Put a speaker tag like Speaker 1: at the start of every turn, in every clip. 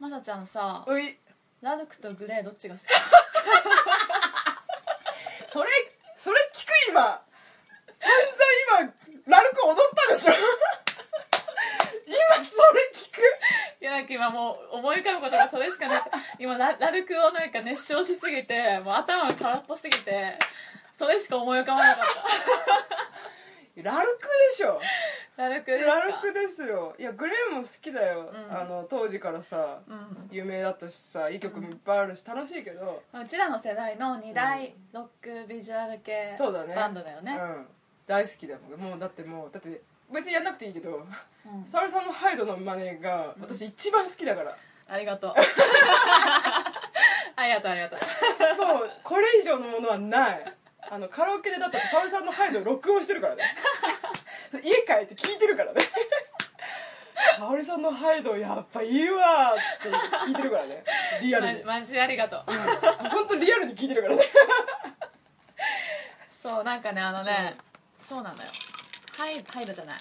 Speaker 1: なちゃんさ
Speaker 2: うい
Speaker 1: ラルクとグレーどっちが好き
Speaker 2: それそれ聞く今散々今ラルク踊ったでしょ今それ聞く
Speaker 1: いやなんか今もう思い浮 かぶことがそれしかなく今ララルクをなんか熱唱しすぎてもう頭が空っぽすぎてそれしか思い浮かばなかっ
Speaker 2: ラルクでしょ
Speaker 1: たラルクですか
Speaker 2: ラルクですよいやグレーも好きだよ、
Speaker 1: うん
Speaker 2: あの当時からさ
Speaker 1: うん
Speaker 2: 有名だったしさいい曲もいっぱいあるし楽しいけど、
Speaker 1: うちらの世代の2大ロックビジュアル系
Speaker 2: そうだね
Speaker 1: バンドだよ
Speaker 2: う
Speaker 1: ね
Speaker 2: ん、大好きだもんもうだってもうだって別にやんなくていいけど
Speaker 1: うん
Speaker 2: 沙織さんのハイドの真似が私一番好きだから、
Speaker 1: ありが とうありがとうありがとう
Speaker 2: もうこれ以上のものはないあのカラオケでだったら沙織さんのハイドを録音してるからね家帰って聞いてるからね沙織さんのハイドやっぱいいわって聞いてるからねリアルに、
Speaker 1: まマジありがとう
Speaker 2: 本当リアルに聞いてるからね
Speaker 1: そうなんかねあのね、そうなのよハイハイドじゃない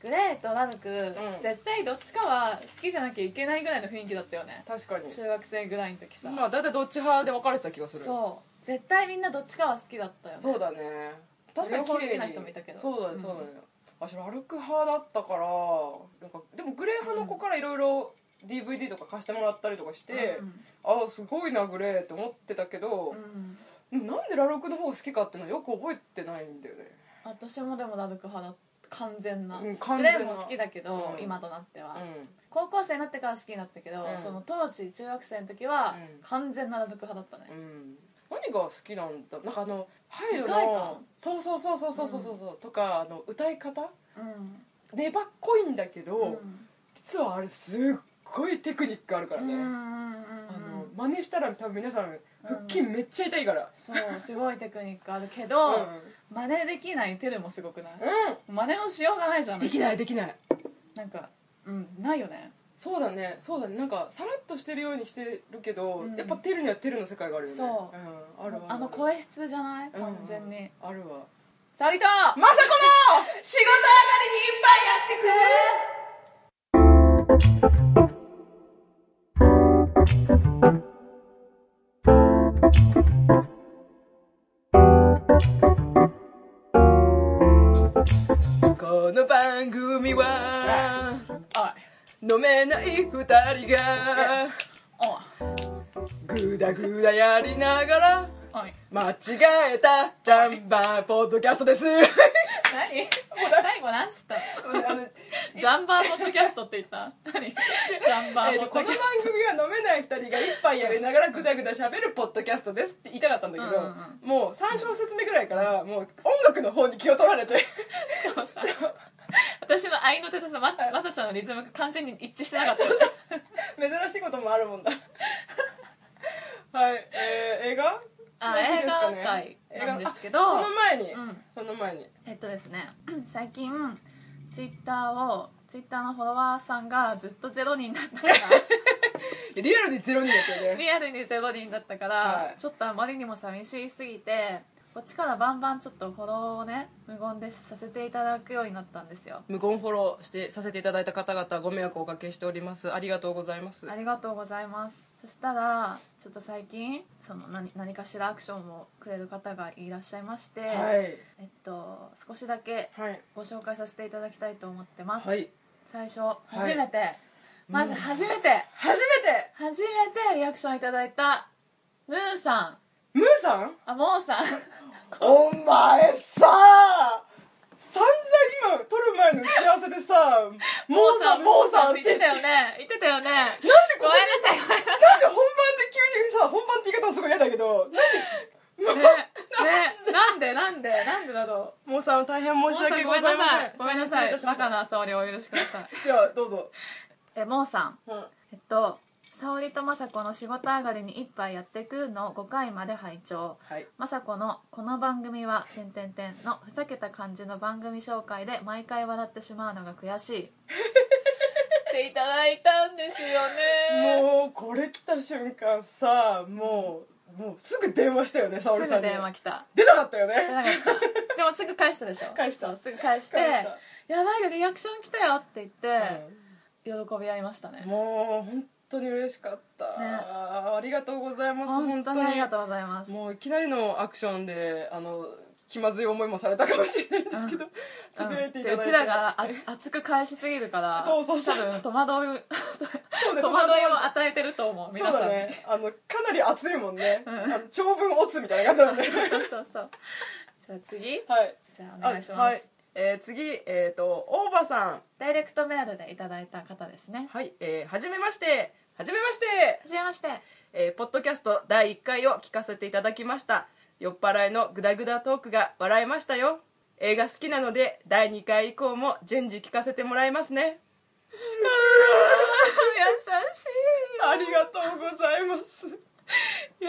Speaker 1: グレーとラルク、
Speaker 2: ん
Speaker 1: 絶対どっちかは好きじゃなきゃいけないぐらいの雰囲気だったよね
Speaker 2: 確かに
Speaker 1: 中学生ぐらいの時さ、
Speaker 2: まあ大体どっち派で分かれてた気がする
Speaker 1: そう絶対みんなどっちかは好きだったよね
Speaker 2: そうだね確かに
Speaker 1: 両方好
Speaker 2: 綺麗
Speaker 1: き
Speaker 2: に
Speaker 1: な人もいたけど
Speaker 2: そうだ
Speaker 1: う
Speaker 2: ね
Speaker 1: ん
Speaker 2: そうだね、私ラルク派だったからなんかでもグレー派の子からいろいろ DVD とか貸してもらったりとかして、
Speaker 1: うん
Speaker 2: ああすごいなグレーって思ってたけど
Speaker 1: う、ん
Speaker 2: なんでラルクの方が好きかっていうのはよく覚えてないんだよね
Speaker 1: 私もでもラルク派だ完全な、
Speaker 2: うん完
Speaker 1: グ
Speaker 2: 全
Speaker 1: レ
Speaker 2: な
Speaker 1: ーも好きだけど、
Speaker 2: うん
Speaker 1: 今となっては、
Speaker 2: うん
Speaker 1: 高校生になってから好きになったけど、
Speaker 2: うん
Speaker 1: その当時中学生の時は、
Speaker 2: うん
Speaker 1: 完全なラルク派だったね、
Speaker 2: うん何が好きなんだなんかあのハイド
Speaker 1: 世界
Speaker 2: の
Speaker 1: 観
Speaker 2: そうそうそうそうそうそうそう、うとかあの歌い方
Speaker 1: うん
Speaker 2: 粘っこいんだけど、
Speaker 1: うん
Speaker 2: 実はあれすっごいテクニックあるからね、
Speaker 1: うんうんうんうん
Speaker 2: あの真似したら多分皆さん腹筋めっちゃ痛いから
Speaker 1: そうすごいテクニックあるけ
Speaker 2: う
Speaker 1: ど、
Speaker 2: ん、
Speaker 1: 真似できない手でもすごくない
Speaker 2: うん
Speaker 1: 真似のしようがないじゃん
Speaker 2: できないできない
Speaker 1: なんかうんないよね
Speaker 2: そうだねそうだねなんかさらっとしてるようにしてるけど、
Speaker 1: うん
Speaker 2: やっぱテルにはテルの世界があるよね、
Speaker 1: そう
Speaker 2: ん、あるわ
Speaker 1: あの声質じゃない
Speaker 2: うん
Speaker 1: 完全に、
Speaker 2: あるわ
Speaker 1: サリと
Speaker 2: まさこの
Speaker 1: 仕事上がりにいっぱいやって
Speaker 2: この番組は
Speaker 1: くおい
Speaker 2: 飲めない二人が
Speaker 1: お
Speaker 2: グダグダやりながら
Speaker 1: いおい
Speaker 2: 間違えたジャンバーポッドキャスト です
Speaker 1: 何最後なんつったの
Speaker 2: あの
Speaker 1: ジャンバーポッドキャストって言った何ジャンバ
Speaker 2: え
Speaker 1: ー
Speaker 2: ー
Speaker 1: ポ
Speaker 2: とこ
Speaker 1: ッ
Speaker 2: の
Speaker 1: ドキ
Speaker 2: 番
Speaker 1: ャス
Speaker 2: 組は飲めない2人が一杯やりながらグダグダしゃべるポッドキャストですって言いたかったんだけど、
Speaker 1: うんうん
Speaker 2: もう3小節目ぐらいからもう音楽の方に気を取られて
Speaker 1: トしかもさ私の愛の手とさままさちゃんのリズムが完全に一致してなかったよ
Speaker 2: 珍しいこともあるもんだはい、えー映画
Speaker 1: あ
Speaker 2: の日ですかね
Speaker 1: 映画会
Speaker 2: 映画
Speaker 1: なんですけど
Speaker 2: あその前に、
Speaker 1: うん
Speaker 2: その前に
Speaker 1: えっとです ね最近ツイッターをツイッターのフォロワーさんがずっとゼロ人だったから
Speaker 2: リアルにゼロ人だったよね
Speaker 1: リアルにゼロ人だったから、
Speaker 2: はい
Speaker 1: ちょっとあまりにも寂しすぎてこっちからバンバンちょっとフォローをね無言でさせていただくようになったんですよ
Speaker 2: 無言フォローしてさせていただいた方々ご迷惑をおかけしておりますありがとうございます
Speaker 1: ありがとうございますそしたらちょっと最近その何何かしらアクションをくれる方がいらっしゃいまして、
Speaker 2: はい
Speaker 1: えっと少しだけ
Speaker 2: はい
Speaker 1: ご紹介させていただきたいと思ってます、
Speaker 2: はい
Speaker 1: 最初
Speaker 2: い
Speaker 1: 初めて、まず初めて、
Speaker 2: 初めて
Speaker 1: 初めてリアクションいただいたムーさん
Speaker 2: ムーさん
Speaker 1: あモーさん
Speaker 2: お前さあ散々今撮る前の打ち合わせでさ「もうさんもうさん」っ
Speaker 1: ってて
Speaker 2: 言
Speaker 1: 言
Speaker 2: っ
Speaker 1: ってて
Speaker 2: な
Speaker 1: た
Speaker 2: ん
Speaker 1: よ
Speaker 2: で
Speaker 1: ね言ってたよね
Speaker 2: こ
Speaker 1: ご
Speaker 2: こ
Speaker 1: めんな
Speaker 2: で
Speaker 1: さいごめんなさ
Speaker 2: なんで本番で急にさ本番って言い方すごい嫌だけど
Speaker 1: いねねなんでなんでなんでだろ
Speaker 2: もうさん大変
Speaker 1: う
Speaker 2: 申
Speaker 1: モー
Speaker 2: し
Speaker 1: さ
Speaker 2: 訳
Speaker 1: ん
Speaker 2: ご
Speaker 1: ご
Speaker 2: ざ
Speaker 1: め
Speaker 2: い
Speaker 1: ん
Speaker 2: ま
Speaker 1: なさ
Speaker 2: せん
Speaker 1: いごめんなさいバカ
Speaker 2: な
Speaker 1: な沙織をお許しください
Speaker 2: ではどうぞ、
Speaker 1: えモーさん
Speaker 2: うん、
Speaker 1: えっと沙織と雅子の仕事上がりに一杯やってくの5回まで拝聴
Speaker 2: はい
Speaker 1: 雅子の「この番組は」てんてんてんのふざけた感じの番組紹介で毎回笑ってしまうのが悔 しいっていただいたんですよね
Speaker 2: もうこれ来た瞬間さもうもうすぐ電話したよね沙織
Speaker 1: す
Speaker 2: さ
Speaker 1: ぐ
Speaker 2: んに
Speaker 1: 電話来た
Speaker 2: 出なかったよね
Speaker 1: 出なかったでもすぐ返したでしょ
Speaker 2: 返した
Speaker 1: そうすぐ返して
Speaker 2: 返した
Speaker 1: やばいよリアクション来たよ」って言って、
Speaker 2: う
Speaker 1: 喜び合いましたね
Speaker 2: んもう本当に嬉しかった、
Speaker 1: ね
Speaker 2: ありがとうございます
Speaker 1: 本
Speaker 2: 本
Speaker 1: 当
Speaker 2: 当
Speaker 1: に
Speaker 2: に
Speaker 1: ありがとうございます
Speaker 2: もういきなりのアクションであの気まずい思いもされたかもしれないんですけど、つぶやいていた
Speaker 1: うんで
Speaker 2: だいて、
Speaker 1: うちらがあ熱く返しすぎるから
Speaker 2: そうそうそう
Speaker 1: 多分戸惑い
Speaker 2: そうね
Speaker 1: 戸惑いを与えてると思う
Speaker 2: そ
Speaker 1: 皆
Speaker 2: う
Speaker 1: さ
Speaker 2: だ
Speaker 1: んに
Speaker 2: ねあのかなり熱いもんね、
Speaker 1: うん
Speaker 2: あの長文オツみたいな感じなん で
Speaker 1: そうそうそうさあ次
Speaker 2: はい
Speaker 1: じゃあ
Speaker 2: あ
Speaker 1: お願いします、
Speaker 2: はいえー次えっ、と大場さん
Speaker 1: ダイレクトメールでいただいた方ですね
Speaker 2: はいえーはじめましてはじめまして
Speaker 1: はじめ まして
Speaker 2: えーポッドキャスト第1回を聞かせていただきました酔っ払いのグダグダトークが笑えましたよ映画好きなので第2回以降も順次聞かせてもらいますね
Speaker 1: 優
Speaker 2: ありがとうございます
Speaker 1: しい 優しい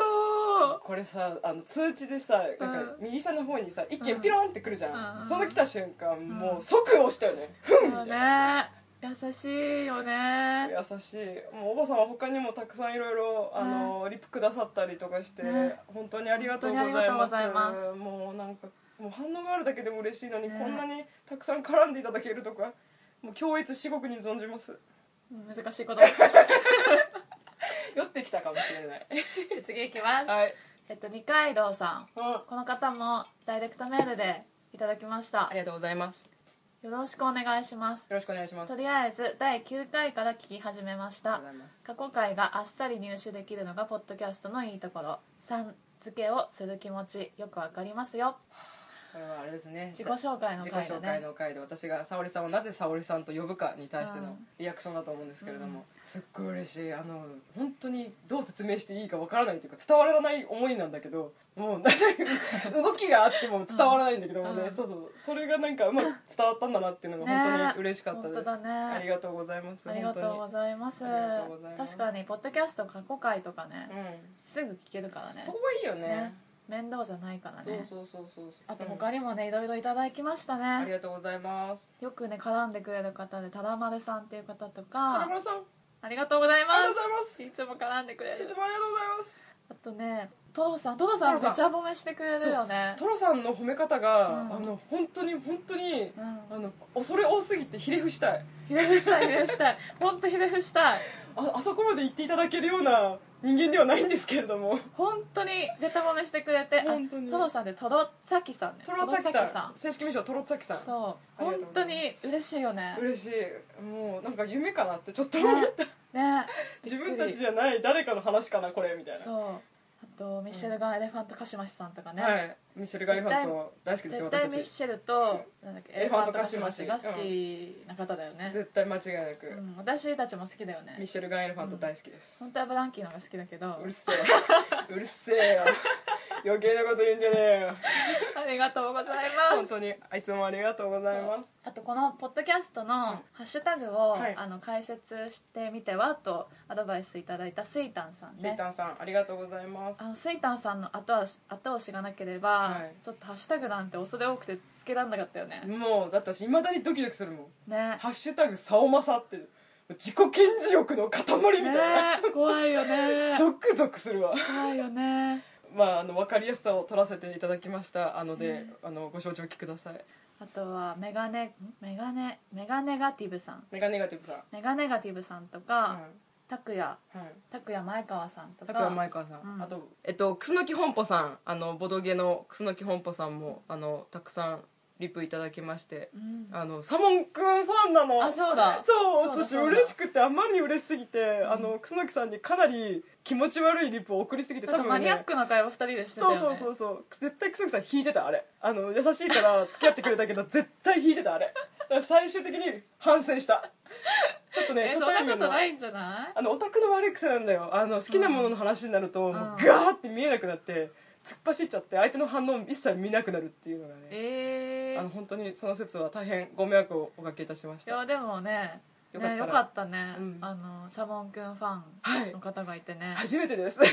Speaker 1: よ
Speaker 2: これさあの通知でさなんか右下の方にさ一件ピロンってくるじゃん、
Speaker 1: うん
Speaker 2: その来た瞬間、もう即押したよね
Speaker 1: そうんね優しいよね
Speaker 2: 優しいもうおばさんは他にもたくさんいろいろあの、リプくださったりとかして、
Speaker 1: ね
Speaker 2: 本当にありがとうございま
Speaker 1: 本
Speaker 2: す
Speaker 1: 当にありがとうござい
Speaker 2: もうなんかもう反応があるだけでも嬉しいのに、
Speaker 1: ね
Speaker 2: こんなにたくさん絡んでいただけるとかもう強越至極に存じます
Speaker 1: 難しい ことで
Speaker 2: 酔ってきたかもしれない
Speaker 1: 次いきます、
Speaker 2: はい、
Speaker 1: えっと二階堂さん
Speaker 2: うん、あ
Speaker 1: この方もダイレクトメールでいただきました
Speaker 2: りがとうございます
Speaker 1: よろしくお願いします
Speaker 2: よろしくお願いします
Speaker 1: と
Speaker 2: あり
Speaker 1: りあえず第9回から聞き始めまし
Speaker 2: が
Speaker 1: た
Speaker 2: とうございます
Speaker 1: 過去回があっさり入手できるのがポッドキャストのいいところ「さん」付けをする気持ちよくわかりますよ
Speaker 2: これはあれですね
Speaker 1: 自己紹介の
Speaker 2: 自己
Speaker 1: 回だ
Speaker 2: 紹介
Speaker 1: ね
Speaker 2: の回で私が沙織さんをなぜ沙織さんと呼ぶかに対して
Speaker 1: う
Speaker 2: の
Speaker 1: ん
Speaker 2: リアクションだと思うんですけれども、すっごい嬉しいあの本当にどう説明していいかわからないというか伝わらない思いなんだけどもう 動きがあっても伝わらないんだけどもね、
Speaker 1: うん
Speaker 2: そうそうそれがなんかうまく伝わったんだなっていうのが本当
Speaker 1: ね
Speaker 2: に嬉しかったです、
Speaker 1: 本当だね
Speaker 2: ありがとうございます
Speaker 1: ありがとうご
Speaker 2: 本
Speaker 1: ざいます
Speaker 2: ありがとうございます
Speaker 1: 確かにポッドキャスト過去回とかね
Speaker 2: 当、に、
Speaker 1: すぐ聞けるから
Speaker 2: う
Speaker 1: ね
Speaker 2: ん、そこがいいよね
Speaker 1: ね面倒じゃないからね
Speaker 2: そうそうそうそう
Speaker 1: あと
Speaker 2: う
Speaker 1: 他
Speaker 2: ん
Speaker 1: にもねいろいろいただきました
Speaker 2: あり
Speaker 1: ね
Speaker 2: がとうございます
Speaker 1: よくね絡んでくれる方でただまるさんっていう方と
Speaker 2: 田
Speaker 1: か
Speaker 2: 村さんあ
Speaker 1: ありがとうござい
Speaker 2: りがとう
Speaker 1: ま
Speaker 2: ございます
Speaker 1: す
Speaker 2: い
Speaker 1: いつも絡んでくれる
Speaker 2: つもありがとうございます
Speaker 1: あとねトロさんトロさんめ
Speaker 2: トロ
Speaker 1: ち
Speaker 2: さ
Speaker 1: ゃ褒めしてくれるよね
Speaker 2: トロさんの褒め方が、
Speaker 1: うん
Speaker 2: あの本当に本当に、
Speaker 1: うん
Speaker 2: あの恐れ多すぎてひれ伏したい
Speaker 1: ひれ伏したいひれ伏したいほんとひれ伏したい
Speaker 2: ああそこまで言っていただけるような人間ではないんですけれども
Speaker 1: 本当にベタ褒めしてくれてあ
Speaker 2: 本当に
Speaker 1: トロさんでトロザキさんね
Speaker 2: トロツァキさん
Speaker 1: トロザキ
Speaker 2: 正式名称はトロツァキさん
Speaker 1: そう
Speaker 2: あり
Speaker 1: 本
Speaker 2: がとうご
Speaker 1: 当
Speaker 2: ざ
Speaker 1: に
Speaker 2: います
Speaker 1: 嬉しいよね
Speaker 2: 嬉しいもうなんか夢かなってちょっと思った、
Speaker 1: ね
Speaker 2: 自分たちじゃない誰かの話かなこれみたいな、
Speaker 1: そうあとミシェルガン・エレファント・カシマシさんとかね、
Speaker 2: はいミシェル・ガイファント大好きです
Speaker 1: 絶
Speaker 2: よ
Speaker 1: 対
Speaker 2: 私
Speaker 1: ミ
Speaker 2: た
Speaker 1: ッ
Speaker 2: ち
Speaker 1: シェルとなんだっけ
Speaker 2: エレファントカシマシ
Speaker 1: エレファントカシマシが好きな方だよね、
Speaker 2: 絶対間違いなく、
Speaker 1: うん、私たちも好きだよね
Speaker 2: ミシェル・ガン・エレファント大好きです、
Speaker 1: 本当はブランキーのが好きだけど
Speaker 2: うるせえうるせえよ余計なこと言うんじゃねえよ
Speaker 1: ありがとうございま
Speaker 2: 本
Speaker 1: す
Speaker 2: 当にいつもありがとうございます
Speaker 1: あとこのポッドキャストのハッシュタグを、
Speaker 2: はい
Speaker 1: あの解説してみてはとアドバイスいただいたスイタンさん
Speaker 2: スイ
Speaker 1: ね
Speaker 2: タンさんありがとうございます
Speaker 1: あのスイタンさんの後押し後押しがなければ、
Speaker 2: はい
Speaker 1: ちょっとハッシュタグなんて恐れ多くてつけらんなかったよね
Speaker 2: もうだって私いまだにドキドキするもん「
Speaker 1: ね
Speaker 2: ハッシュタグさおまさ」って自己顕示欲の塊みた
Speaker 1: ね
Speaker 2: いな、
Speaker 1: 怖いよね
Speaker 2: ゾクゾクするわ
Speaker 1: 怖いよね
Speaker 2: まああの分かりやすさを取らせていただきましたあので、あのご承知おきください
Speaker 1: あとはメガネんメガネメガネガティブさん
Speaker 2: メガネガティブさん
Speaker 1: メガネガティブさんとか
Speaker 2: は
Speaker 1: 拓也
Speaker 2: いはい
Speaker 1: 拓也前川さんと
Speaker 2: たくや
Speaker 1: か
Speaker 2: 前川さん、
Speaker 1: うん
Speaker 2: あとえっと楠木本舗さんあのボドゲの楠木本舗さんもあのたくさんリプいただきまして
Speaker 1: うん
Speaker 2: あのサモンくんファンなの
Speaker 1: あそうだ
Speaker 2: そう
Speaker 1: だ
Speaker 2: 私
Speaker 1: だ
Speaker 2: 嬉しくてあまりに嬉しすぎて、あの楠木さんにかなり気持ち悪いリップを送りすぎて
Speaker 1: な
Speaker 2: 多
Speaker 1: んかマ
Speaker 2: 分
Speaker 1: ニアッ
Speaker 2: ね
Speaker 1: クな会話2人でしてたよ
Speaker 2: そう
Speaker 1: ね
Speaker 2: そうそうそう絶対楠木さん引いてたあれあの優しいから付き合ってくれたけど絶対引いてたあれだから最終的に反省したちょっとね
Speaker 1: えそん
Speaker 2: 初
Speaker 1: な
Speaker 2: 対
Speaker 1: こ
Speaker 2: 面
Speaker 1: と
Speaker 2: の
Speaker 1: ないんじゃない
Speaker 2: あのオタクの悪い癖なんだよあの好きなものの話になると、もうガーって見えなくなって突っ走っちゃって相手の反応一切見なくなるっていうのがね
Speaker 1: え
Speaker 2: あの本当にその説は大変ご迷惑をおかけいたしまし
Speaker 1: い
Speaker 2: た
Speaker 1: やでもね
Speaker 2: よかったら
Speaker 1: ねよかったね、
Speaker 2: うん
Speaker 1: あのサモンくんファ
Speaker 2: はい
Speaker 1: ンの方がいてね,、
Speaker 2: 初めてです
Speaker 1: ね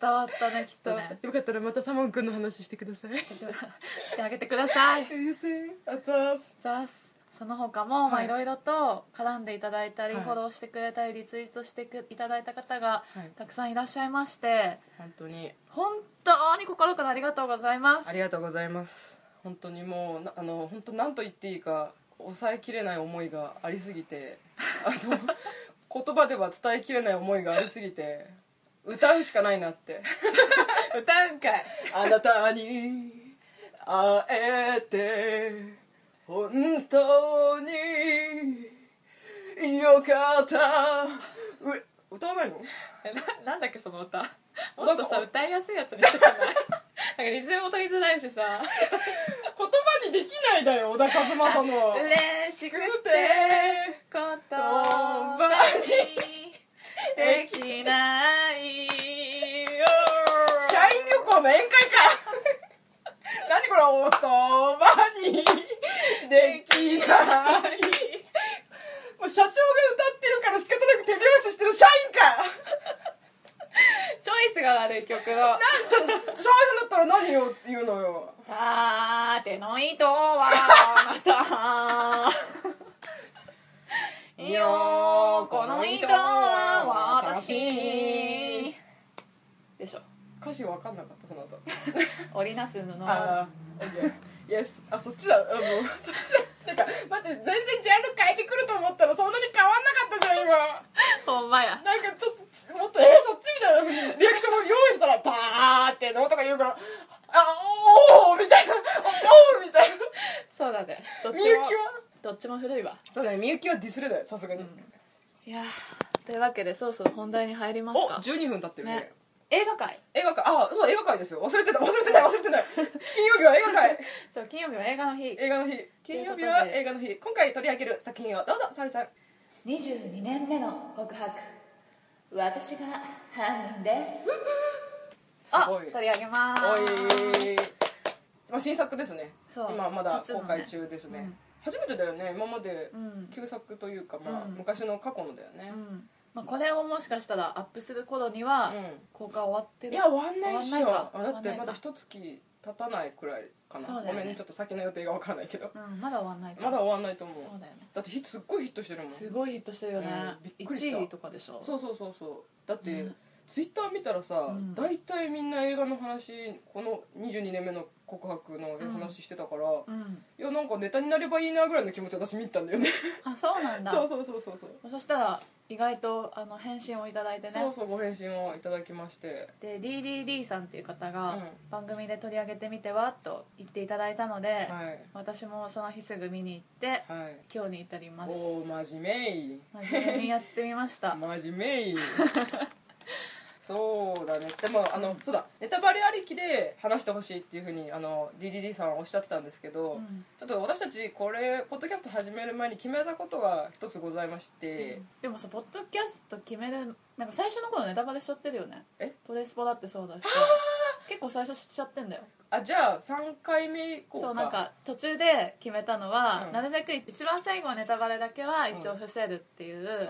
Speaker 1: 伝わったねきっとね
Speaker 2: よかったらまたサモン君の話してください。
Speaker 1: してあげてください
Speaker 2: 優先あざーす。
Speaker 1: ザスその他もまあ
Speaker 2: はい
Speaker 1: いろいろと絡んでいただいたり、
Speaker 2: はい
Speaker 1: フォローしてくれたりリツイートしてくいただいた方が
Speaker 2: はい
Speaker 1: たくさんいらっしゃいまして
Speaker 2: 本当に
Speaker 1: 本当に心からありがとうございます
Speaker 2: ありがとうございます。本当にもうなあの 本当なんと言っていいか抑えきれない思いがありすぎて、あの言葉では伝えきれない思いがありすぎて歌うしかないなって
Speaker 1: 歌うんかい
Speaker 2: あなたに会えて本当によかったう歌わないの
Speaker 1: えななんだっけその歌もっとさ歌いやすいやつにしてくんない なんかリズムも取りづらいしさ
Speaker 2: 言葉にできないだよ小田和正のは
Speaker 1: 嬉しく
Speaker 2: く
Speaker 1: て
Speaker 2: て
Speaker 1: 言葉にできないよ
Speaker 2: 社員旅行の宴会か 何これおそばにでき ないもう社長が歌ってるから仕方なく手拍子してる社員か
Speaker 1: チョイスが悪い曲の
Speaker 2: 社員さんだったら何を言うのよ
Speaker 1: 「あーての糸はあなた」 いよこの糸は私でしょ
Speaker 2: 歌詞分かんなかったその後
Speaker 1: 織りなす布
Speaker 2: ああイエスあそっちだあのそっちだなんか待って全然ジャンル変えてくると思ったらそんなに変わんなかったじゃん今
Speaker 1: ほんまや
Speaker 2: なんかちょっとちもっとえー、そっちみたいな風にリアクションを用意したら「パー」ってのとか言うから「あおお」みたいな「おお」みたいな
Speaker 1: そうだねどっち
Speaker 2: み
Speaker 1: も
Speaker 2: ゆきは
Speaker 1: どっちも古いわ
Speaker 2: そうだねみゆきはディスれだよさすがに、
Speaker 1: いやーというわけでそろそろ本題に入ります
Speaker 2: お
Speaker 1: か
Speaker 2: 12分経ってるね
Speaker 1: ね映画界
Speaker 2: 映画館あそう映画館ですよ忘れてた忘れてない忘れて ない金曜日は映画館
Speaker 1: そう金曜日は映画の日
Speaker 2: 映画の日金曜日は映画の日今回取り上げる作品をどうぞサルさん
Speaker 1: 22年目の告白私が犯人です
Speaker 2: す
Speaker 1: あ
Speaker 2: ごい
Speaker 1: 取り上げます
Speaker 2: おいまあ新作ですね
Speaker 1: そう
Speaker 2: 今まだ
Speaker 1: 初の
Speaker 2: 公
Speaker 1: ね
Speaker 2: 開中ですね
Speaker 1: うん
Speaker 2: 初めてだよね今まで
Speaker 1: うん
Speaker 2: 旧作というか、まあ
Speaker 1: うん
Speaker 2: 昔の過去のだよね
Speaker 1: う、んまあ、これをもしかしたらアップする頃には
Speaker 2: うん
Speaker 1: 公開終わってる
Speaker 2: いや終わんないっし
Speaker 1: 終
Speaker 2: ょ
Speaker 1: わんないか
Speaker 2: あだってま
Speaker 1: 終わんな
Speaker 2: だ
Speaker 1: いか
Speaker 2: 一月経たないくらいかな
Speaker 1: そうだよ
Speaker 2: ご
Speaker 1: ね
Speaker 2: めんねちょっと先の予定がわからないけど
Speaker 1: うんまだ終わんないか
Speaker 2: まだ終わんないと思う
Speaker 1: そうだよね
Speaker 2: だってヒットすっごいヒットしてるもんそ
Speaker 1: す
Speaker 2: う
Speaker 1: ごいヒットしてるよね
Speaker 2: うんびっくりした
Speaker 1: 1位とかでしょ
Speaker 2: そうそうそうだって、
Speaker 1: ね
Speaker 2: ツイッター見たらさ、
Speaker 1: うん
Speaker 2: 大体みんな映画の話この22年目の告白の話してたから、
Speaker 1: うん
Speaker 2: いやなんかネタになればいいなぐらいの気持ちで私見たんだよね
Speaker 1: あそうなんだ
Speaker 2: そうそうそうそうそう
Speaker 1: そしたら意外とあの返信をいただいてね
Speaker 2: そうそうご返信をいただきまして
Speaker 1: で DDD さんっていう方
Speaker 2: う
Speaker 1: が
Speaker 2: ん
Speaker 1: 番組で取り上げてみてはと言っていただいたので、
Speaker 2: はい
Speaker 1: 私もその日すぐ見に行って
Speaker 2: はい
Speaker 1: 今日に至ります
Speaker 2: おお真面目い
Speaker 1: 真面目にやってみまし た
Speaker 2: 真面目 いそうだねでもあのそうだネタバレありきで話してほしいっていうふうにあの DDD さんはおっしゃってたんですけど、
Speaker 1: うん
Speaker 2: ちょっと私たちこれポッドキャスト始める前に決めたことが一つございまして、
Speaker 1: でもさポッドキャスト決めるなんか最初の頃ネタバレしちゃってるよね
Speaker 2: え
Speaker 1: ポレスポだってそうだし結構最初しちゃってんだよ
Speaker 2: あじゃあ3回目以降か
Speaker 1: そうなんか途中で決めたのは、
Speaker 2: うん
Speaker 1: なるべく一番最後のネタバレだけは一応伏せるっていう
Speaker 2: う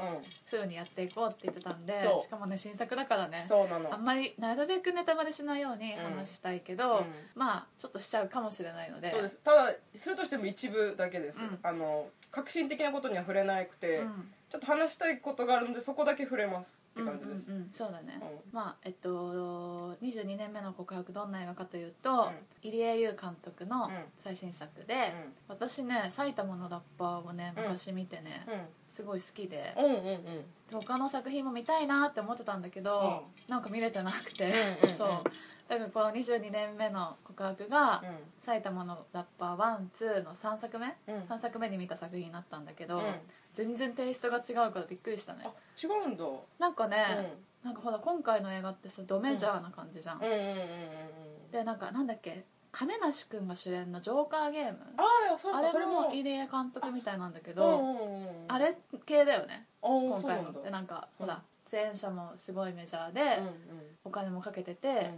Speaker 1: 風にやっていこうって言ってたんで、
Speaker 2: そう
Speaker 1: しかもね新作だからね
Speaker 2: んそうな
Speaker 1: あん
Speaker 2: の
Speaker 1: まりなるべくネタバレしないように話したいけど、
Speaker 2: うん
Speaker 1: まあちょっとしちゃうかもしれないので
Speaker 2: そうですただするとしても一部だけです、
Speaker 1: うん
Speaker 2: あの革新的なことには触れなくて、
Speaker 1: うん
Speaker 2: ちょっと話したいことがあるのでそこだけ触れますって感じです、
Speaker 1: うんうんうんそうだね、
Speaker 2: う
Speaker 1: まあえっと22年目の告白どんな映画かというと、入江優監督
Speaker 2: う
Speaker 1: の
Speaker 2: ん
Speaker 1: 最新作で、私ね埼玉のラッパーをね
Speaker 2: うん
Speaker 1: 昔見てね、すごい好きで
Speaker 2: うんうんうんうんうん
Speaker 1: 他の作品も見たいなって思ってたんだけど、なんか見れてなくて、
Speaker 2: うんうんう ん
Speaker 1: そうだからこの22年目の告白が、
Speaker 2: うん
Speaker 1: 埼玉のラッパー1,2の3作目、
Speaker 2: うん
Speaker 1: 3作目に見た作品だったんだけど、
Speaker 2: うん
Speaker 1: 全然テイストが違うからびっくりしたね
Speaker 2: あ違うんだ
Speaker 1: なんかね、なんかほら今回の映画ってさドメジャーな感じじゃん、
Speaker 2: うんうんうんうんうんうん
Speaker 1: でなんかなんだっけ亀梨君が主演の「ジョーカーゲーム」
Speaker 2: ああそう
Speaker 1: あ
Speaker 2: か
Speaker 1: れ
Speaker 2: それ
Speaker 1: も
Speaker 2: も
Speaker 1: 入江監督みたいなんだけ
Speaker 2: うん
Speaker 1: ど、
Speaker 2: うんうんうん
Speaker 1: あれ系だよね
Speaker 2: あー
Speaker 1: 今回の
Speaker 2: そ
Speaker 1: っ
Speaker 2: う
Speaker 1: て
Speaker 2: なんだ
Speaker 1: なんか、
Speaker 2: うん
Speaker 1: ほら出演者もすごいメジャーで、
Speaker 2: うんうん
Speaker 1: お金もかけて
Speaker 2: う
Speaker 1: て、
Speaker 2: ん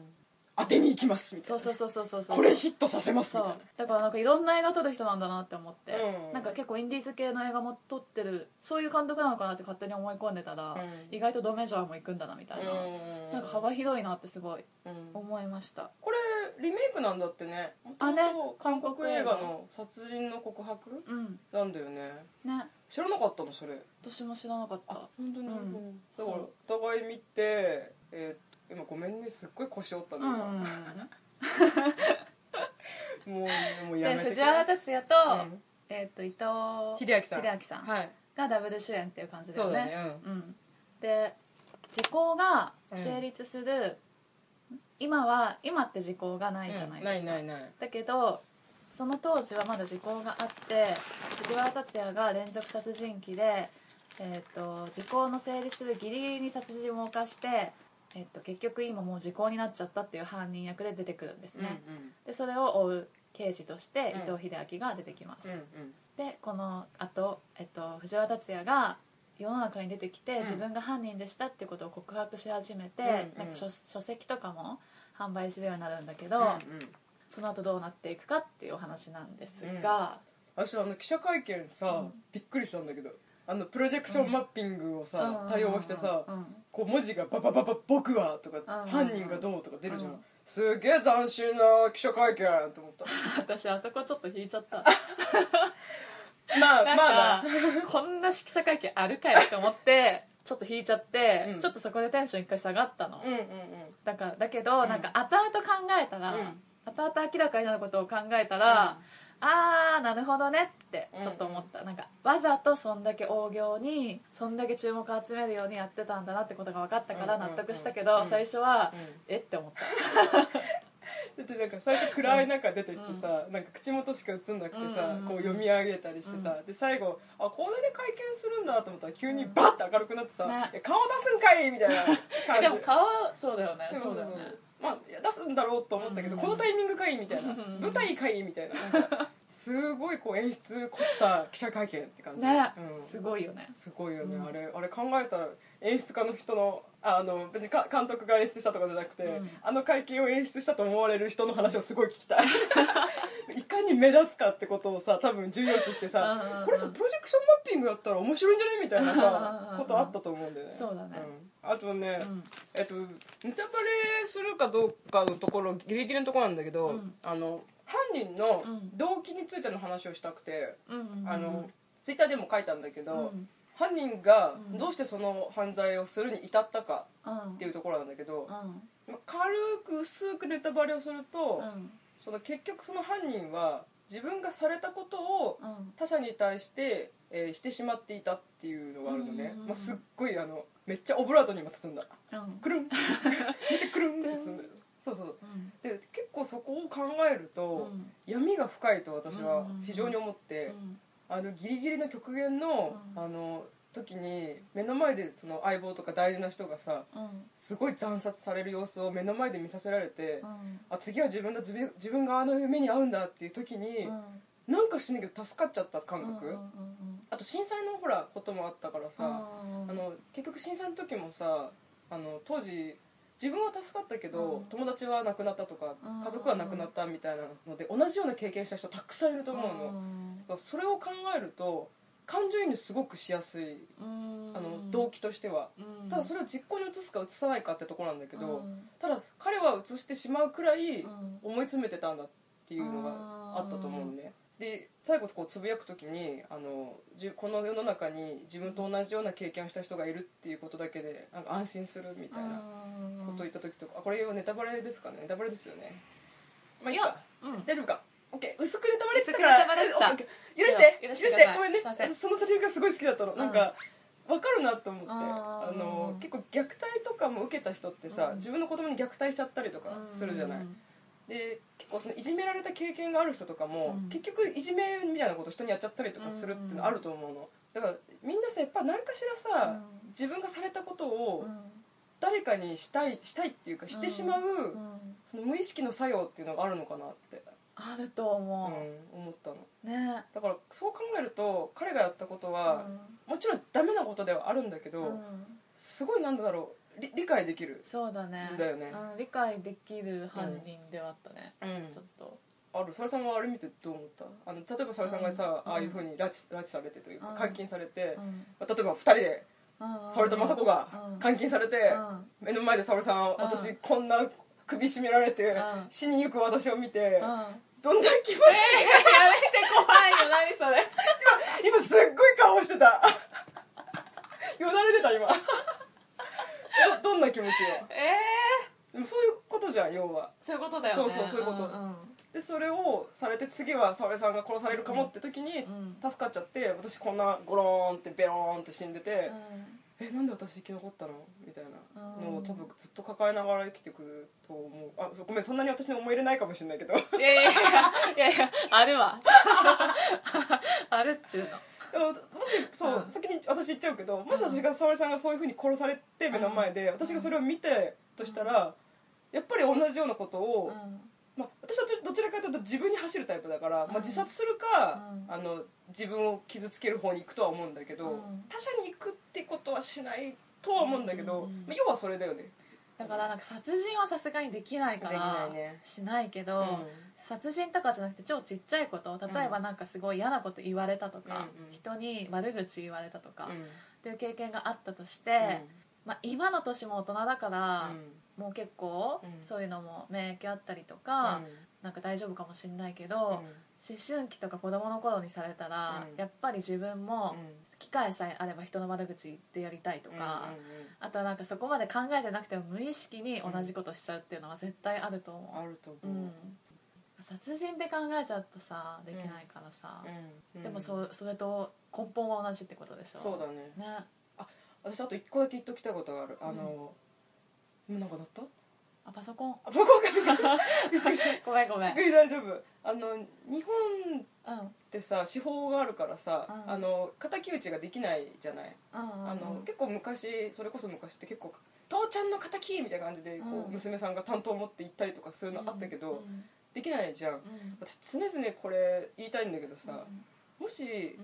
Speaker 2: 当てに行きますみたい
Speaker 1: そう
Speaker 2: な
Speaker 1: そうそうそうそうそう
Speaker 2: これヒットさせます
Speaker 1: そ
Speaker 2: みたいう
Speaker 1: だからなんかいろんな映画撮る人なんだなって思って、
Speaker 2: うん
Speaker 1: なんか結構インディーズ系の映画も撮ってるそういう監督なのかなって勝手に思い込んでたら、
Speaker 2: うん
Speaker 1: 意外とドメジャーも行くんだなみたいな、
Speaker 2: なうん
Speaker 1: なんか幅広いなってすごい
Speaker 2: うん
Speaker 1: 思いました、
Speaker 2: これリメイクなんだってね
Speaker 1: あ
Speaker 2: 元
Speaker 1: ね
Speaker 2: 々韓国映画の殺人の告白
Speaker 1: うん
Speaker 2: なんだよね
Speaker 1: ね
Speaker 2: 知らなかったのそれ
Speaker 1: 私も知らなかった
Speaker 2: あ本当に、
Speaker 1: うん
Speaker 2: だから
Speaker 1: そう
Speaker 2: お互い見て、えー今ごめんねすっごい腰折った
Speaker 1: う
Speaker 2: の、
Speaker 1: ん、
Speaker 2: 今もうもうや
Speaker 1: で
Speaker 2: めて
Speaker 1: 藤原竜也と,、
Speaker 2: うん
Speaker 1: えっと伊藤
Speaker 2: 秀明さん
Speaker 1: 秀明さん
Speaker 2: はい
Speaker 1: がダブル主演っていう感じだよ
Speaker 2: そう
Speaker 1: ね
Speaker 2: だね
Speaker 1: うん、で時効が成立する、今は今って時効がないじゃないですか、
Speaker 2: うんないないない
Speaker 1: だけどその当時はまだ時効があって藤原竜也が連続殺人鬼で、えー、と時効の成立するギリギリに殺人を犯して、えー、と結局今もう時効になっちゃったっていう犯人役で出てくるんですね、でそれを追う刑事として伊
Speaker 2: うん
Speaker 1: 藤英明が出てきます、
Speaker 2: うんうん
Speaker 1: でこのあと、えっと、藤原竜也が世の中に出てきて、
Speaker 2: うん
Speaker 1: 自分が犯人でしたっていうことを告白し始めて、
Speaker 2: うんうん
Speaker 1: なんか書書籍とかも販売するようになるんだけど、
Speaker 2: うんうん
Speaker 1: その後どうなっていくかっていうお話なんですが、
Speaker 2: 私あの記者会見さ、
Speaker 1: うん
Speaker 2: びっくりしたんだけどあのプロジェクションマッピングを
Speaker 1: うんうんうん
Speaker 2: さ
Speaker 1: うん
Speaker 2: 対応してさ
Speaker 1: うん
Speaker 2: こう文字がババババ僕はと
Speaker 1: んうんう
Speaker 2: か
Speaker 1: ん
Speaker 2: 犯人がどうとか出るじゃ
Speaker 1: うんん
Speaker 2: すげえ斬新な記者会見と思った
Speaker 1: 私あそこちょっと引いちゃった
Speaker 2: ま あ
Speaker 1: なんか、
Speaker 2: まあな
Speaker 1: こんな記者会見あるかよって思ってちょっと引いちゃって、
Speaker 2: うん
Speaker 1: ちょっとそこでテンション一回下がったの、
Speaker 2: うんうんうん
Speaker 1: だからだけど、
Speaker 2: うん
Speaker 1: なんか後々考えたら、
Speaker 2: うん
Speaker 1: 後々明らかになることを考えたら、あーなるほどねってちょっと思った、なんかわざとそんだけ大行にそんだけ注目を集めるようにやってたんだなってことが分かったから
Speaker 2: うんうん
Speaker 1: 納
Speaker 2: うん
Speaker 1: 得したけど、
Speaker 2: うん
Speaker 1: 最初は、
Speaker 2: うん
Speaker 1: えって思った
Speaker 2: だってなんか最初暗い中出てきてさ、なんか口元しか映んなくてさ、
Speaker 1: うんうんうん
Speaker 2: こう読み上げたりしてさ、で最後あこれで会見するんだと思ったら急にバッて明るくなってさ、
Speaker 1: ね
Speaker 2: え顔出すんかいみたいな 感じ
Speaker 1: でも顔そうだよね
Speaker 2: でも
Speaker 1: そうだよね
Speaker 2: まあいや出すんだろうと思ったけど、
Speaker 1: うん
Speaker 2: このタイミングかいみたいな
Speaker 1: うんうん
Speaker 2: 舞台かいみたいななんかすごいこう演出凝った記者会見って感じ、
Speaker 1: ね、
Speaker 2: うん、
Speaker 1: すごいよね
Speaker 2: すごいよね、
Speaker 1: うん
Speaker 2: あれあれ考えた演出家の人のああの別にか監督が演出したとかじゃなくて、
Speaker 1: うん
Speaker 2: あの会見を演出したと思われる人の話をすごい聞きた いいかに目立つかってことをさ多分重要視してさ、
Speaker 1: うんうんうん
Speaker 2: これちょっとプロジェクションマッピングやったら面白いんじゃないみたい
Speaker 1: うんう
Speaker 2: な
Speaker 1: んう
Speaker 2: さ
Speaker 1: ん
Speaker 2: ことあったと思うんだよね
Speaker 1: そうだね
Speaker 2: うんあとね、
Speaker 1: うん
Speaker 2: えっとネタバレするかどうかのところギリギリのところなんだけど、
Speaker 1: うん
Speaker 2: あの犯人の
Speaker 1: うん
Speaker 2: 動機についての話をしたくて、
Speaker 1: うんうんうん
Speaker 2: あのツイッターでも書いたんだけ
Speaker 1: う
Speaker 2: ど、
Speaker 1: ん
Speaker 2: 犯人が
Speaker 1: うん
Speaker 2: どうしてその犯罪をするに至ったか
Speaker 1: うん
Speaker 2: っていうところなんだけど
Speaker 1: う、ん
Speaker 2: まあ軽く薄くネタバレをすると、
Speaker 1: うん
Speaker 2: その結局その犯人は自分がされたことを
Speaker 1: うん
Speaker 2: 他者に対して、えーしてしまっていたっていうのがあるのね、
Speaker 1: うんうんうん
Speaker 2: まあ、すっごいあのめっちゃオブラートに今包んだ
Speaker 1: うん
Speaker 2: くる んめっちゃくるんって包んだそうそう
Speaker 1: うん
Speaker 2: で結構そこを考えると、
Speaker 1: うん
Speaker 2: 闇が深いと私
Speaker 1: う
Speaker 2: は
Speaker 1: んうんうん
Speaker 2: 非常に思って、
Speaker 1: うん
Speaker 2: あのギリギリの極限の,、
Speaker 1: うん
Speaker 2: あの時に目の前でその相棒とか大事な人がさ
Speaker 1: うん
Speaker 2: すごい惨殺される様子を目の前で見させられて、
Speaker 1: うん
Speaker 2: あ次は自分だ自分自分があの夢に遭うんだっていう時に、なんかしないけど助かっちゃった感覚、
Speaker 1: うんうん
Speaker 2: あと震災のほらこともあったから
Speaker 1: うん
Speaker 2: さ、
Speaker 1: うん
Speaker 2: あの結局震災の時もさあの当時自分は助かったけど、
Speaker 1: うん
Speaker 2: 友達は亡くなったとか、
Speaker 1: うん
Speaker 2: 家族は亡くなったみたいなので同じような経験した人たくさんいると思うの。
Speaker 1: ん
Speaker 2: それを考えると感情移入すごくしやすい
Speaker 1: うん
Speaker 2: あの動機としては、
Speaker 1: うん
Speaker 2: ただそれを実行に移すか移さないかってとこなんだけど、
Speaker 1: うん
Speaker 2: ただ彼は移してしまうくらい
Speaker 1: うん
Speaker 2: 思い詰めてたんだっていうのがあったと思うのね、で最後こうつぶやく時にあのじゅこの世の中に自分と同じような経験をした人がいるっていうことだけでなんか安心するみたいなことを言った時とか、あこれはネタバレですかねネタバレですよねまあいい
Speaker 1: い
Speaker 2: か
Speaker 1: やうん
Speaker 2: 大丈夫かオッケー薄くネタバレした
Speaker 1: 薄
Speaker 2: か
Speaker 1: くネタバレした
Speaker 2: らオッケーオッケー許して
Speaker 1: いや
Speaker 2: 許
Speaker 1: 許
Speaker 2: し
Speaker 1: しててください
Speaker 2: ごめんね
Speaker 1: すいません
Speaker 2: そのセリフがすごい好きだったの、
Speaker 1: ん
Speaker 2: なんか分かるなと思って
Speaker 1: うん
Speaker 2: あ
Speaker 1: う
Speaker 2: の
Speaker 1: ん
Speaker 2: 結構虐待とかも受けた人ってさ、
Speaker 1: うん
Speaker 2: 自分の子供に虐待しちゃったりとかするじゃない、で結構そのいじめられた経験がある人とかも、
Speaker 1: うん
Speaker 2: 結局いじめみたいなこと人にやっちゃったりとかするっていうのあると思うのだからみんなさやっぱ何かしらさ、
Speaker 1: うん
Speaker 2: 自分がされたこと
Speaker 1: う
Speaker 2: を
Speaker 1: ん
Speaker 2: 誰かにしたいしたいっていうかしてしまう、
Speaker 1: うん
Speaker 2: その無意識の作用っていうのがあるのかなって、
Speaker 1: あると
Speaker 2: うん
Speaker 1: 思
Speaker 2: 思ったの。
Speaker 1: うね
Speaker 2: だからそう考えると彼がやったことは、もちろんダメなことではあるんだけ
Speaker 1: う
Speaker 2: ど、
Speaker 1: んうん
Speaker 2: すごいなんだろう理理解できる、
Speaker 1: そうだね
Speaker 2: だよね
Speaker 1: うん理解できる犯人ではあったねちょっと
Speaker 2: ある沙羅さんはあれ見てどう思ったあの例えば沙羅さんがさ、
Speaker 1: うん
Speaker 2: ああいうふうに拉致拉致されてというか、
Speaker 1: うん
Speaker 2: 監禁されて、
Speaker 1: うん
Speaker 2: まあ例えば2人で沙
Speaker 1: 沙
Speaker 2: 羅と雅子が監禁されて、
Speaker 1: うん
Speaker 2: 目の前で沙羅さん、私こんな首絞められて、
Speaker 1: ん
Speaker 2: 死にゆく私を見て、
Speaker 1: うんや
Speaker 2: どんな気持
Speaker 1: めて
Speaker 2: ち、
Speaker 1: 怖いよ何それ
Speaker 2: 今すっごい顔してた よだれ出た今どどんな気持ちよ
Speaker 1: え
Speaker 2: でもそういうこことじゃん要は
Speaker 1: そういうことだよね
Speaker 2: そうそうそういうこと
Speaker 1: ん
Speaker 2: でそれをされて次は沙織さんが殺されるかもって時に
Speaker 1: うん
Speaker 2: 助かっちゃって私こんなゴローンってベローンって死んでて
Speaker 1: う、ん
Speaker 2: えなんで私生き残ったのみたいなの
Speaker 1: う
Speaker 2: を
Speaker 1: ん
Speaker 2: 多分ずっと抱えながら生きてくると思うあそうごめんそんなに私に思い入れないかもしれないけど
Speaker 1: いやいやいやいやいやあるわあるっちゅうの
Speaker 2: でももしそう、
Speaker 1: うん
Speaker 2: 先に私言っちゃうけどもし私が沙織さんがそういうふうに殺されて目の前で、私がそれを見てとしたら、やっぱり同じようなことを、まあ、私はどちらかというと自分に走るタイプだから、まあ、
Speaker 1: うん
Speaker 2: 自殺するか、
Speaker 1: うん
Speaker 2: あの自分を傷つける方に行くとは思うんだけど、
Speaker 1: うん
Speaker 2: 他者に行くってことはしないとは思うんだけ
Speaker 1: う
Speaker 2: ど、
Speaker 1: んうんうん
Speaker 2: まあ、要はそれだよね。
Speaker 1: だからなんか殺人はさすがにできないから
Speaker 2: できないね
Speaker 1: しないけ
Speaker 2: う
Speaker 1: ど、殺人とかじゃなくて超ちっちゃいこと例えばなんかすごい嫌なこと言われたとか、
Speaker 2: うんうん
Speaker 1: 人に悪口言われたとか、っ
Speaker 2: うん
Speaker 1: ていう経験があったとして、まあ、今の年も大人だから、もう結構
Speaker 2: うん
Speaker 1: そういうのも免疫あったりと
Speaker 2: うん
Speaker 1: か、なんか大丈夫かもしれないけど、思春期とか子供の頃にされたら、
Speaker 2: うん
Speaker 1: やっぱり自分も
Speaker 2: うん
Speaker 1: 機会さえあれば人の悪口言ってやりたいとか。あとはなんかそこまで考えてなくても無意識に同じことしちゃうっていうのは絶対あると思う、
Speaker 2: あると思う
Speaker 1: う、ん、殺人で考えちゃうとさできないからさ、
Speaker 2: うん
Speaker 1: でもそそれと根本は同じってことでしょ
Speaker 2: そうだね
Speaker 1: ね
Speaker 2: 私あと一個だけ言っときたいことがあるあの、もうなんか鳴った
Speaker 1: あパソコ ン
Speaker 2: あ向こうかびっくりしたびっ
Speaker 1: ごめんごめん、う
Speaker 2: くり大丈夫あの日本っ
Speaker 1: ん、うん
Speaker 2: てさ司法があるからさ、
Speaker 1: うん
Speaker 2: あの敵討ちができないじゃない、
Speaker 1: うんうん
Speaker 2: あの結構昔それこそ昔って結構「父ちゃんの敵!」みたいな感じでこう、
Speaker 1: うん
Speaker 2: 娘さんが担当を持って行ったりとかそういうのあったけど、
Speaker 1: うん
Speaker 2: できないじゃん
Speaker 1: うん
Speaker 2: 私常々これ言いたいんだけどさ、もし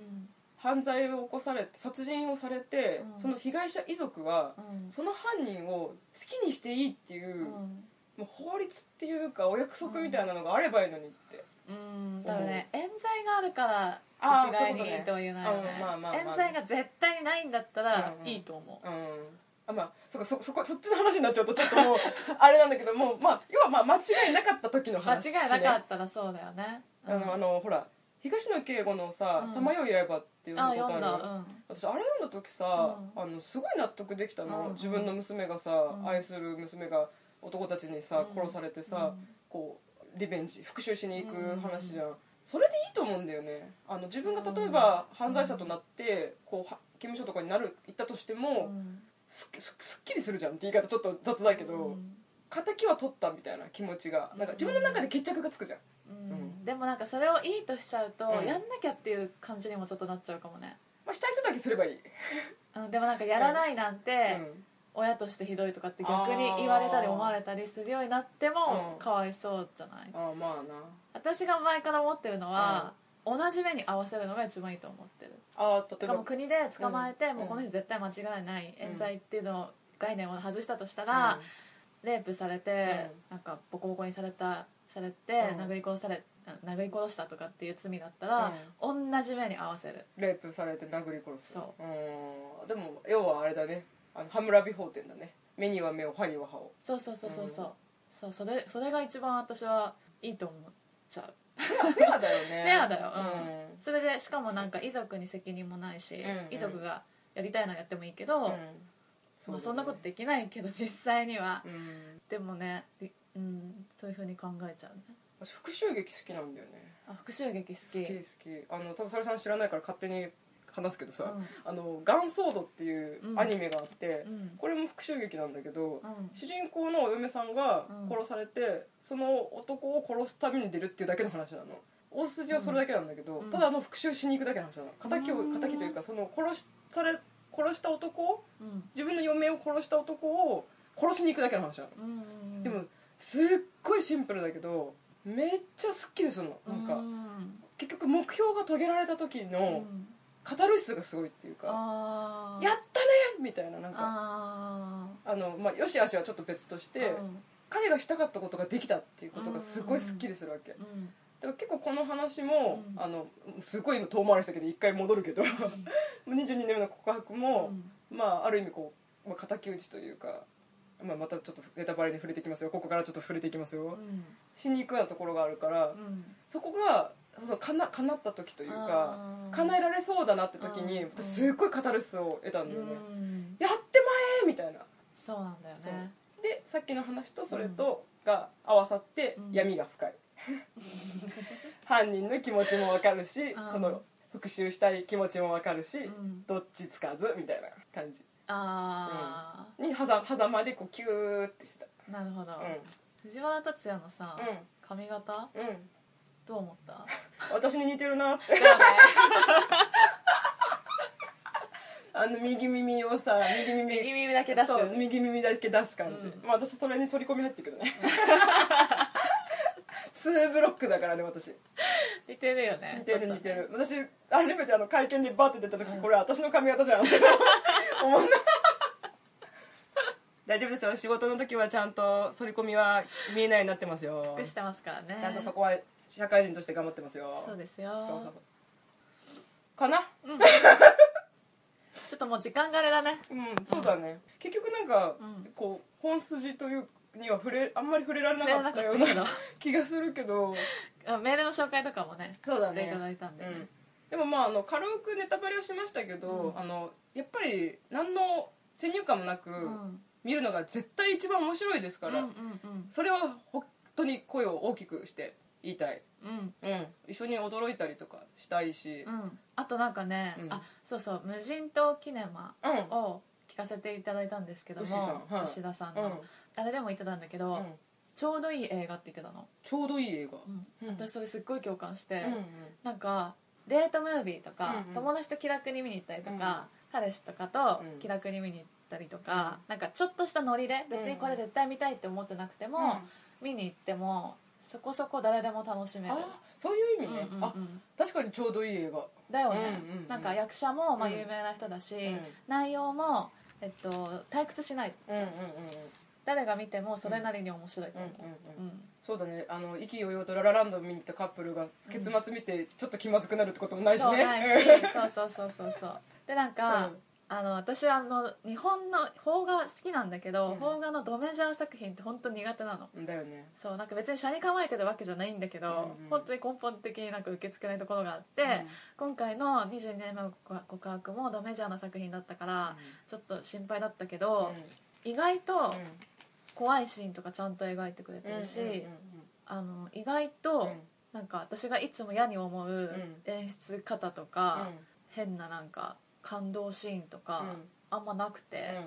Speaker 2: 犯罪を起こされて殺人をされて、
Speaker 1: うん
Speaker 2: その被害者遺族は
Speaker 1: う、ん
Speaker 2: その犯人を好きにしていいっていうう,、も
Speaker 1: ん
Speaker 2: う法律っていうかお約束みたいなのがあればいいのにって、
Speaker 1: うんただね冤罪があるから
Speaker 2: あー
Speaker 1: 一概
Speaker 2: そう
Speaker 1: に
Speaker 2: い
Speaker 1: い
Speaker 2: う
Speaker 1: い
Speaker 2: こと
Speaker 1: とは言
Speaker 2: ね
Speaker 1: えないよね
Speaker 2: うんまあまあまあ
Speaker 1: 冤罪が絶対にないんだったら
Speaker 2: うんうん
Speaker 1: いいと思
Speaker 2: うんあまあそっかそそこそっちの話になっちゃうとちょっともう あれなんだけどもう、まあ、要はまあ間違いなかった時の
Speaker 1: う間
Speaker 2: 話、
Speaker 1: 違いなかったらそうだよね
Speaker 2: あのあのほら東野圭吾のさ
Speaker 1: うん
Speaker 2: 「さまよい刃」っていう
Speaker 1: あ
Speaker 2: の
Speaker 1: あ
Speaker 2: こと
Speaker 1: 読
Speaker 2: あ
Speaker 1: ん
Speaker 2: る、
Speaker 1: だうん
Speaker 2: 私あれ読んだ時さ、
Speaker 1: う
Speaker 2: あのすごい納得できたの、
Speaker 1: うん
Speaker 2: 自分の娘がさ、
Speaker 1: うん
Speaker 2: 愛する娘が男たちにさ、
Speaker 1: うん
Speaker 2: 殺されて
Speaker 1: う
Speaker 2: さ、
Speaker 1: ん
Speaker 2: こうリベンジ復讐しに行
Speaker 1: うん
Speaker 2: く話じゃん、それでいいと思うんだよねあの自分が例えば
Speaker 1: うん
Speaker 2: 犯罪者となってこうは刑務所とかになる行ったとして
Speaker 1: う
Speaker 2: も、
Speaker 1: ん
Speaker 2: すっすすっきりするじゃんって言い方ちょっと雑だけど、
Speaker 1: うん
Speaker 2: 敵は取ったみたいな気持ちがなんか自分の中で決着がつくじゃん、
Speaker 1: うん
Speaker 2: うん
Speaker 1: でもなんかそれをいいとしちゃうと、
Speaker 2: うん
Speaker 1: やんなきゃっていう感じにもちょっとなっちゃうかもね
Speaker 2: まあ、したい人だけすればいい、
Speaker 1: あのでもなんかやらないなん
Speaker 2: う
Speaker 1: て、
Speaker 2: ん
Speaker 1: 親としてひどいとかって逆に言われたり
Speaker 2: あー
Speaker 1: 思われたりするようになっても
Speaker 2: うん
Speaker 1: かわいそうじゃない、
Speaker 2: ああまあな
Speaker 1: 私が前から思ってるのは、同じ目に合わせるのが一番いいと思ってる
Speaker 2: ああ
Speaker 1: だ
Speaker 2: 例え
Speaker 1: からも
Speaker 2: ば
Speaker 1: う国で捕まえて、
Speaker 2: うん
Speaker 1: もうこの人絶対間違いない、
Speaker 2: うん
Speaker 1: 冤罪っていうのを概念を外したとしたら、レイプされて、なんかボコボコにされたされて、
Speaker 2: うん
Speaker 1: 殴り殺され殴り殺したとかっていう罪だったら、同じ目に合わせる
Speaker 2: レイプされて殴り殺す
Speaker 1: そう
Speaker 2: ーんでも要はあれだねあのハムラビ法典だね目には目を歯には歯を
Speaker 1: そうそうそうそうそう,、
Speaker 2: うん
Speaker 1: そうそれそれが一番私はいいと思っちゃう
Speaker 2: フェア だよね
Speaker 1: フェアだよ、
Speaker 2: う
Speaker 1: うんそれでしかもなんか遺族に責任もないし、
Speaker 2: うんうん
Speaker 1: 遺族がやりたいのはやってもいいけど、
Speaker 2: うん
Speaker 1: まあ、そんなこと
Speaker 2: で
Speaker 1: できないけど実際には、
Speaker 2: うん
Speaker 1: でもね、でうん、そういうふうに考えちゃうね
Speaker 2: 私復讐劇好きなんだよね
Speaker 1: あ復讐劇好
Speaker 2: 好
Speaker 1: き
Speaker 2: き好きあの多分それさん知らないから勝手に話すけどさ、
Speaker 1: うん
Speaker 2: あの「ガンソード」っていうアニメがあって、
Speaker 1: うん
Speaker 2: これも復讐劇なんだけど、
Speaker 1: うん
Speaker 2: 主人公のお嫁さんが
Speaker 1: うん
Speaker 2: 殺されて、その男を殺すために出るっていうだけの話なの大筋はそれだけなんだけど、
Speaker 1: うん
Speaker 2: ただあの復讐しに行くだけの話なの敵
Speaker 1: う
Speaker 2: を
Speaker 1: ん
Speaker 2: 敵というかその殺しされ殺した男を
Speaker 1: うん
Speaker 2: 自分の嫁を殺した男を殺しに行くだけの話なの、
Speaker 1: うんうんうん
Speaker 2: でもすっごいシンプルだけどめっちゃスッキリするのなんか、
Speaker 1: うん
Speaker 2: 結局目標が遂げられた時の
Speaker 1: うん
Speaker 2: カタルシスがすごいっていうか、
Speaker 1: あー
Speaker 2: やったねみたいななんか
Speaker 1: あ
Speaker 2: あの、まあ、よしあしはちょっと別とし
Speaker 1: ー
Speaker 2: て、
Speaker 1: うん
Speaker 2: 彼がしたかったことができたっていうことがすごいすっきりするわけ、だ
Speaker 1: うん
Speaker 2: から結構この話も、
Speaker 1: うん
Speaker 2: あのすごい今遠回りしたけど一回戻るけど 22年目の告白も、まあある意味こう、まあ、敵討ちというか、まあ、またちょっとネタバレに触れていきますよここからちょっと触れていきますよ、
Speaker 1: うん
Speaker 2: しに行くようなところがあるから、
Speaker 1: うん
Speaker 2: そこがそのかな叶った時というか
Speaker 1: あー
Speaker 2: 叶えられそうだなって時に、
Speaker 1: うん
Speaker 2: 私すっごいカタルシスを得たんだよね、
Speaker 1: うん
Speaker 2: やってまえみたいな
Speaker 1: そうなんだよ
Speaker 2: そう
Speaker 1: ね
Speaker 2: でさっきの話とそれとが合わさって
Speaker 1: うん
Speaker 2: 闇が 深い、犯人の気持ちもわかるし、
Speaker 1: うん
Speaker 2: その復讐したい気持ちもわかるし、
Speaker 1: うん
Speaker 2: どっちつかずみたいな感じ
Speaker 1: あ
Speaker 2: に狭狭間でこうキューってした
Speaker 1: ーなるほど、
Speaker 2: う
Speaker 1: 藤原竜也のさ、
Speaker 2: うん
Speaker 1: 髪型
Speaker 2: んうん
Speaker 1: どう思った
Speaker 2: 私に似てるなって
Speaker 1: だよね
Speaker 2: あの右耳をさ右耳
Speaker 1: 右耳だけ出す
Speaker 2: そう右耳だけ出す感じ、
Speaker 1: うん
Speaker 2: まあ私それに反り込み入ってくるね 2ブロックだからね私
Speaker 1: 似てるよね
Speaker 2: 似て
Speaker 1: ちょっ
Speaker 2: る
Speaker 1: と
Speaker 2: 似
Speaker 1: ね
Speaker 2: てる私初めてあの会見でバーって出た時、
Speaker 1: うん
Speaker 2: これ私の髪型 じゃん思んな大丈夫ですよ仕事の時はちゃんと反り込みは見えないようになってますよ
Speaker 1: 隠してますからね
Speaker 2: ちゃんとそこは社会人として頑張ってますよ
Speaker 1: そうです
Speaker 2: そうそう
Speaker 1: よ
Speaker 2: そうかな
Speaker 1: ちょっともう時間があれだね
Speaker 2: うんそうだね結局なんか、
Speaker 1: うん
Speaker 2: こう本筋というには触れあんまり触れられなかったよう
Speaker 1: 触れな
Speaker 2: な
Speaker 1: かっ
Speaker 2: 気がするけど、
Speaker 1: あメールの紹介とかもね
Speaker 2: そうだね
Speaker 1: していただいたんでね、
Speaker 2: でもまああの軽くネタバレをしましたけど、
Speaker 1: うん
Speaker 2: あのやっぱり何の先入観もなく、
Speaker 1: うん
Speaker 2: 見るのが絶対一番面白いですから、
Speaker 1: うんうん
Speaker 2: それは本当に声を大きくして言いたい、
Speaker 1: うんうん
Speaker 2: うん、一緒に驚いたりとかしたいし、
Speaker 1: うんあとなんかね、
Speaker 2: うん
Speaker 1: あそうそう「無人島キネマ
Speaker 2: うん」
Speaker 1: を聞かせていただいたんですけども
Speaker 2: 牛さんはい
Speaker 1: 牛田さん
Speaker 2: う
Speaker 1: の、
Speaker 2: ん
Speaker 1: あれでも言ってたんだけど、
Speaker 2: うん
Speaker 1: ちょうどいい映画って言ってたの、
Speaker 2: ちょうどいい映画、
Speaker 1: うん私それすっごい共感して、
Speaker 2: うんうん
Speaker 1: なんかデートムービーとか、
Speaker 2: うんうん
Speaker 1: 友達と気楽に見に行ったりとか、彼氏とかと
Speaker 2: うん
Speaker 1: 気楽に見に行ったりとか、なんかちょっとしたノリで別にこれ絶対見たいって思ってなくても、
Speaker 2: うん
Speaker 1: 見に行ってもそこそこ誰でも楽しめる
Speaker 2: あそういう意味ね、
Speaker 1: うんうんうん
Speaker 2: あ確かにちょうどいい映画
Speaker 1: だよね、
Speaker 2: うんうんうん
Speaker 1: なんか役者もまあ
Speaker 2: うん
Speaker 1: 有名な人だし、
Speaker 2: ん
Speaker 1: 内容も、えっと、退屈しない
Speaker 2: うんうんうん
Speaker 1: 誰が見てもそれなりに面白いと
Speaker 2: うんうん
Speaker 1: 思う、
Speaker 2: う
Speaker 1: うんん
Speaker 2: そうだねあの意気揚々とララランドを見に行ったカップルが結末見てちょっと気まずくなるってこともないし
Speaker 1: そう
Speaker 2: ね
Speaker 1: ないしそうそうそうそうそうでなんか、
Speaker 2: うん
Speaker 1: あの私あの日本の邦画好きなんだけど、
Speaker 2: うん
Speaker 1: 邦画のドメジャー作品って本当苦手なの
Speaker 2: うんだよね
Speaker 1: そうなんか別に車に構えてるわけじゃないんだけど、
Speaker 2: うんうん
Speaker 1: 本当に根本的になんか受け付けないところがあって、今回の「22年目の告白」もドメジャーな作品だったから、ちょっと心配だったけ
Speaker 2: うん
Speaker 1: ど、意外と
Speaker 2: うん
Speaker 1: 怖いシーンとかちゃんと描いてくれてるし、あの意外と、
Speaker 2: うん
Speaker 1: なんか私がいつも嫌に思う演出方とか、変ななんか感動シーンとか、あんまなくて、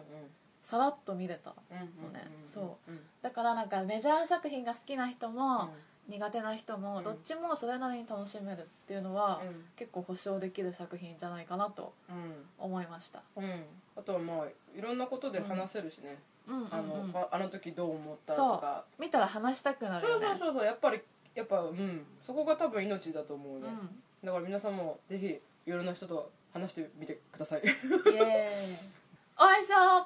Speaker 1: さらっと見れた
Speaker 2: うん
Speaker 1: だからなんかメジャー作品が好きな人
Speaker 2: うん
Speaker 1: も、苦手な人も、
Speaker 2: うん
Speaker 1: どっちもそれなりに楽しめるっていうのは、結構保証できる作品じゃないかなと思いました、
Speaker 2: うんうんあとはまあいろんなことで話せるしね
Speaker 1: うんうんうん、
Speaker 2: あのああの時どう思ったと
Speaker 1: そ
Speaker 2: か
Speaker 1: う見たら話したくなる
Speaker 2: そ
Speaker 1: よ
Speaker 2: う
Speaker 1: ね
Speaker 2: そうそうそうやっぱりやっぱうんそこが多分命だと思うねだから皆さんもぜひいろんな人と話してみてください
Speaker 1: うん、イエーイおいしそう